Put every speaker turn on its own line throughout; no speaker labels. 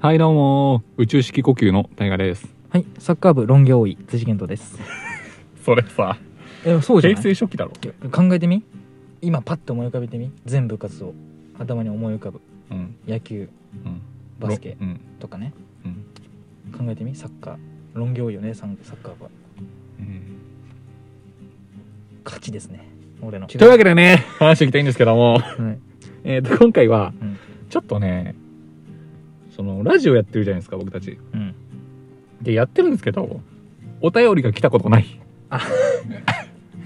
はいどうも宇宙式呼吸の大河です
はい、サッカー部論業医辻健人です。
それさ
え、そうじゃ
平
ない
成初期だろ、
考えてみ今パッと思い浮かべてみ全部活動頭に思い浮かぶ
うん
野球
うん、
バスケ
うん
とかね
うん、
考えてみサッカー論業医よねサンサッカー部は
うん
勝ちですね俺の
というわけでね話していきたいんですけども、
はい
えー、と今回は
うん
ちょっとねそのラジオやってるじゃないですか僕たち
うん
でやってるんですけどお便りが来たことない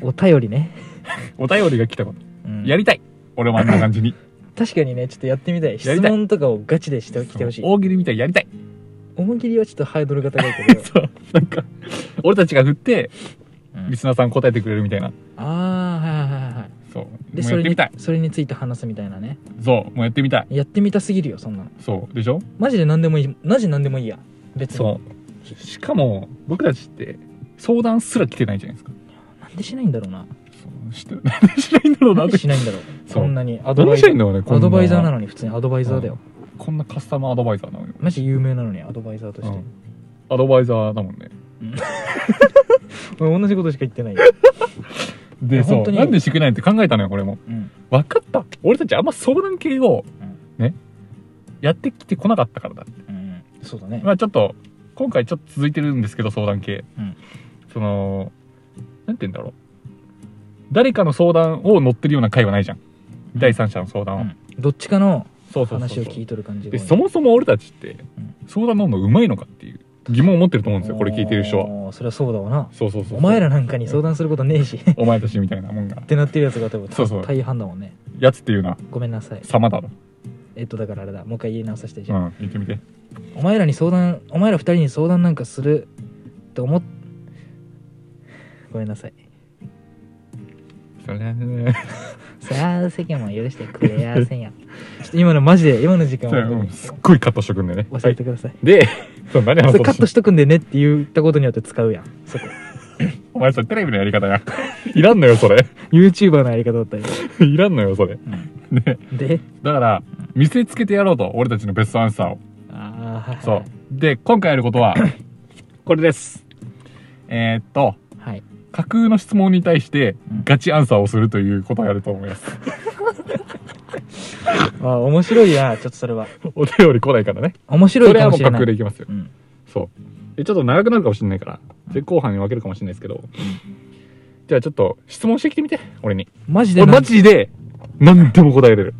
お便りね、
お便りが来たこと
うん
やりたい俺もあんな感じ に
確かにねちょっとやってみたい
やり
質
たい
問とかをガチでしてきてほしい
大喜利みたいにやりたい、
思い切りはちょっとハードルが高いけど
そうなんか俺たちが振って
うん
リスナーさん答えてくれるみたいな
ああはいはいはいはい
そうもう
で
や
そ
っ
れ
てみ
に
たい
それについて話すみたいなね
そうもうやってみたい
やってみたすぎるよそんなの
そうでしょ
マジで何でもいいマジ何でもいいや別に
そうしかも僕たちって相談すら来てないじゃないですか
なんでしないんだろうな
そうしてなんでしないんだろう
な
なんって
でしないんだろう
そう
そんなにア
なんでしないんだろうねこんな
アドバイザーなのに普通にアドバイザーだよ
こんなカスタマーアドバイザーなのよ、
マジ有名なのにアドバイザーと
う
して
ん、アドバイザーだもんね
俺同じことしか言ってないよ、い
で
や
そ
本
う
当に
なんでしてくれないって考えたのよこれも
うん、
分かった俺たちあんま相談系を
う
ねやってきてこなかったからだ
うん、そうだね
まあちょっと今回ちょっと続いてるんですけど相談系、
うん
そのなんて言うんだろう誰かの相談を乗ってるような会はないじゃん第三者の相談を、
うんどっちかの
そうそうそう
話
そう
を聞いとる感じ
でそもそも俺たちって
うん
相談乗るのうまいのかっていう疑問を持ってると思うんですよこれ聞いてる人は
はそれはそうだわな
そうそうそうそう
お前らなんかに相談することねえしっ
お前たちみたいなもんが
てなってるやつが多分
そうそう
大半だもんね
やつっていうのは
ごめんなさい
様だろ
えっとだからあれだもう一回言い直させてじ
う
ゃあ、
ん言ってみて
お前らに相談お前ら二人に相談なんかするって思っごめんなさい
それね
さあ世間も許してくれや せんやちょっと今のマジで今の時間
それう
は
んすっごいカットしとくんでね
忘れてください、
はいでそう何話
そ
そ
れ
う
カ
と
ット
し
しとくんでねって言ったことによって使うやんそこ
お前それテレビのやり 方やいらんのよそれ
YouTuber のやり方だったよ、
いらんのよそれね
で
だから見せつけてやろうと俺たちのベストアンサーを
ああはい
そうで今回やることはこれですえーっと
はい
架空の質問に対して
うん
ガチアンサーをするということをやると思います。
ああ面白いなちょっとそれは
お便り来ないからね。
面白
そ
い
れ
か
はも
も
う
しれ
架
な
空で
い
いきますよ
う。ん
そう。でちょっと長くなるかもしれないから、で後半に分けるかもしれないですけど。じゃあちょっと質問してきてみて、俺に。
マジで
俺
な
マ
ん
ジで何でも答えれる。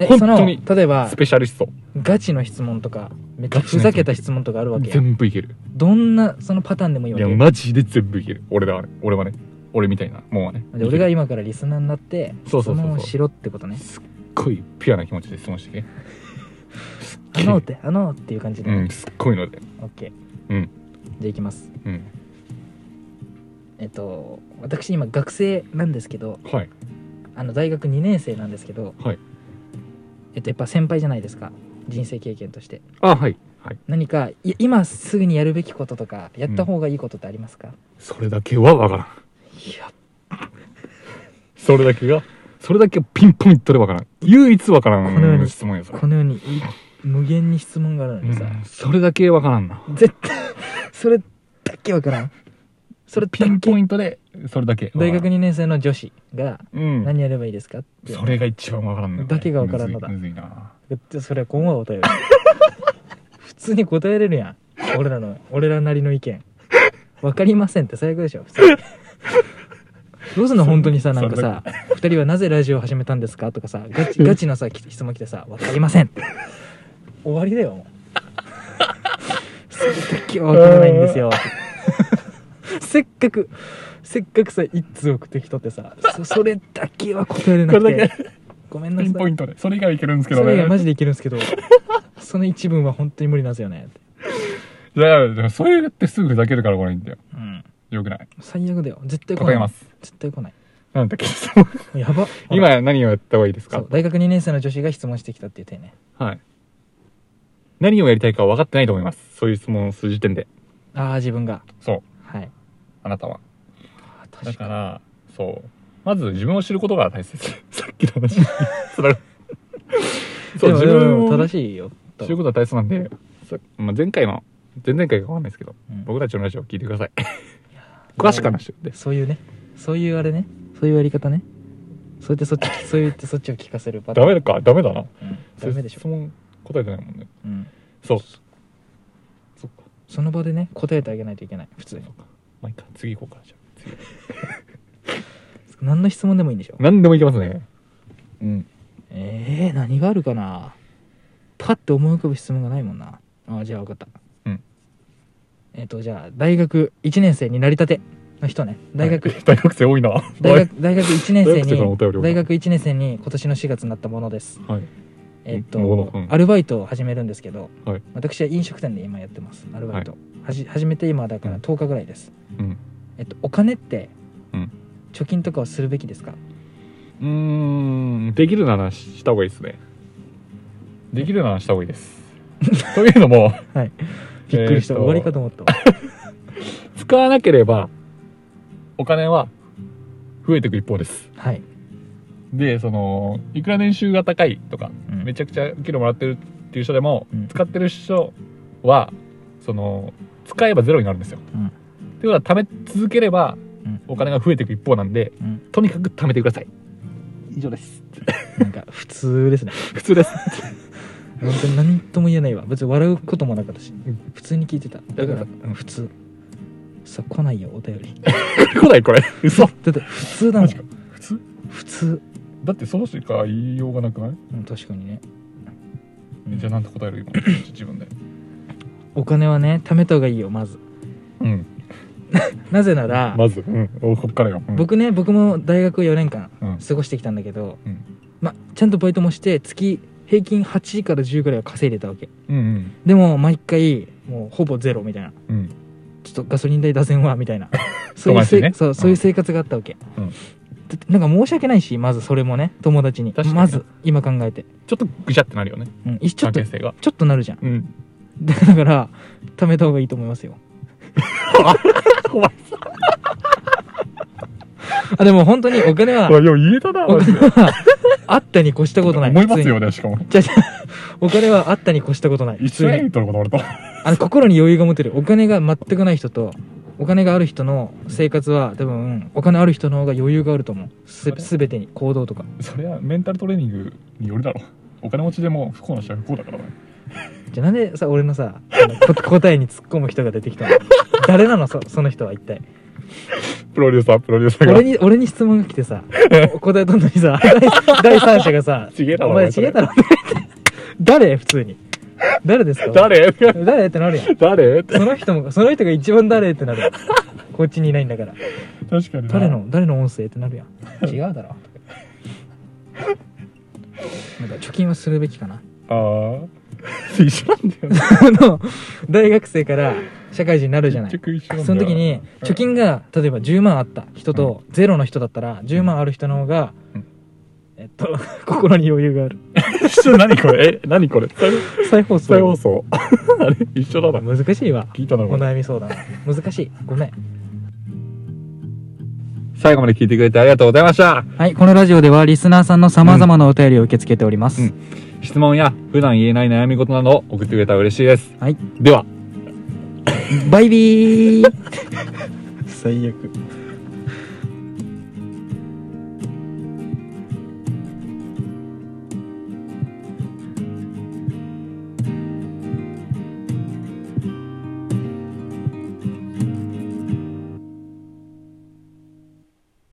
え
本
そ
当
の
に
例えば
スペシャリスト。
ガチの質問とかめっちゃ
ガチの質問
ふざけた質問とかあるわけや
全部いける。
どんなそのパターンでもいい
い
わ
や、
け
マジで全部いける。俺だわね。俺はね。俺みたいな。もうはね。
で俺が
い
今からリスナーになって
そうそうそうそう
質問をしろってことね
けるすっごいピュアな気持ちで質問してきて。すっ
あ
げ
のっ
え
て あのっていう感じで、
うん、すっごいので。
オッケー
うん。
じゃあいきます
うん。
えっと私今学生なんですけど
はい。
あの大学2年生なんですけど、
はい
えっと、やっぱ先輩じゃないですか人生経験として
あ、はい。はい。
何かい今すぐにやるべきこととかやった方がいいことってありますか、
それだけはわからん。
いや
それだけが、それだけピンポイントでわからん。唯一わからん。
このように
質問やそれ。
この世にい無限に質問があるのにさ、
うんそれだけわからんな。
絶対 それだけわからんそれだ
ピン
け
ポイントで、それだけ。
大学2年生の女子が
うん。
何やればいいですかって
それが一番わからんのよ
だけがわからんのだ
むずいむずいな。
でそれは今後は答える 普通に答えれるやん俺らの俺らなりの意見わかりませんって最悪でしょ普通にどうすんの本当にさなんかさ「二人はなぜラジオを始めたんですか?」とかさガチガチのさき質問来てさ「わかりません」って終わりだよもうそれだけはわからないんですよせっかくせっかくさ一通送ってきとってさそそれだけは答えれなく
これだ
て
け
ごめんな
ピ
さい
ンポイントで。それ以外はいけるんですけど
それ以外マ
ね。
ジでいけるんですけど その一文は本当に無理なんですよねって
いやいやでもそうやってすぐふざけるからこれいいんだよ。
うん
よくない。
最悪だよ絶対来ない
答えます。
絶対来ない
なんだっけ、質問
やばほら
今何をやった方がいいです
そ
か
う大学2年生の女子が質問してきたっていう点ね
はい。何をやりたいか分かってないと思います。そういう質問をする時点で。
ああ自分が
そう。
はい
あなたは。
あー
だ
確
か、
から
そう。まず自分を知ることが大切。 さっきの話につながる。そう、自
でもでも
分を
正しいよ
知ることが大切なんで、さまあ、前回の前々回かわかんないですけど、
うん
僕たちのラジオ聞いてくださ い詳しく話してるんで
そういうねそういうあれねそういうやり方ねそうやってそっち そう言ってそっちを聞かせるパタ
ダ
ーン
メかダメだな
うんダメでしょ
質、問答えてないもんね
うん、
そうそっか
その場でね答えてあげないといけない普通に
そっかまあいいか次行こうかじゃあ次
何の質問でもいいんでしょ
何でもいけますね
うんえー、何があるかなパッて思い浮かぶ質問がないもんなあーじゃあ分かった
うん
えっ、とじゃあ大学1年生になりたての人ね大 学、
はい大学生多いな
大学大学1年生
大学生からお便り
に
を
大学1年生に今年の4月になったものです
はい
えっと、
なるほどうん
アルバイトを始めるんですけど、
はい
私は飲食店で今やってますアルバイト、はじ始めて今だから10日ぐらいです、
うん
えっと、お金って
うん
貯金とかをするべきですか
うーんできるならした方がいいですねできるならした方がいいです というのも
はいびっくりした、
えーと
終わりかと思っ たわ
使わなければお金は増えていく一方です
はい、
でそのいくら年収が高いとか
うん
めちゃくちゃ給料もらってるっていう人でも、
うん
使ってる人はその使えばゼロになるんですよ、
うん
っていうことは貯め続ければ、
うん
お金が増えていく一方なんで
うん
とにかく貯めてください以上です
なんか普通ですね
普通です
本当に何とも言えないわ別に笑うこともなかったし、
ん
普通に聞いてただから
うん
普通さ来ないよお便り
来ないこれ嘘
だって普通だもん
確か普通
普通、
だってそのしか言いようがなくない、
うん、確かにねうん
じゃあなんて答える今ちょっと自分で
お金はね貯めた方がいいよまず
うん
なぜなら、
まず、うん、おこっからよ、うん、
僕ね僕も大学4年間
うん
過ごしてきたんだけど、
うん
ま、ちゃんとバイトもして月平均8から10ぐらいは稼いでたわけ
うんうん
でも毎回もうほぼゼロみたいな
うん
ちょっとガソリン代出せんわみた いなそういう
友達
せ、
にね
そううんそういう生活があったわけ、
うん
だってなんか申し訳ないしまずそれもね友達に
確かにね
まず今考えて、
ちょっとぐちゃってなるよね
うん、いちょ
関
っと
係
ち
性が
ょっとなるじゃん
うん
だからだから貯めた方がいいと思います よ
お前
あでも本当にお金は
さよう言え たな
お
マジ
金
で
はあったに越したことない
思います
普通に
よねしかも
じゃあじゃあお金はあったに越したことない普
1
通に
年とのこと俺と
あの心に余裕が持てるお金が全くない人とお金がある人の生活は多分お金ある人の方が余裕があると思うす
それ
全てに行動とか
それはメンタルトレーニングによるだろうお金持ちでも不幸な人は不幸だからね
じゃあなんでさ俺のさあのこ答え に突っ込む人が出てきたの誰なのそその人は一体
プロデューサープロデューサーが
俺に俺に質問が来 てさお答えとんのにさ 第第三者がさ
ちげえだろ
お
お
前
前
ち
そ
げ
れ
えだろ」って 言って誰普通に誰ですか
誰
誰ってなるやん
誰って
その人もその人が一番誰ってなるやんこっちにいないんだから
確かにな
誰の誰の音声ってなるやん 違うだろなんか貯金はするべきか な
ああ 一緒なんだよね
あの大学生から社会人になるじゃない
結局一緒なんだよ
その時に貯金が例えば10万あった人とゼロの人だったら10万ある人の方が、
うん
えっと 心に余裕がある
一緒何これえ何これ
再放送
再放送 あれ一緒だな
難しいわ
聞いたな
お
これ
悩み相 談難しいごめん
最後まで聞いてくれてありがとうございました
はいこのラジオではリスナーさんのさまざまなお便りを受け付けております、
うん質問や普段言えない悩み事などを送ってくれたら嬉しいです
はい
では
バイビー最悪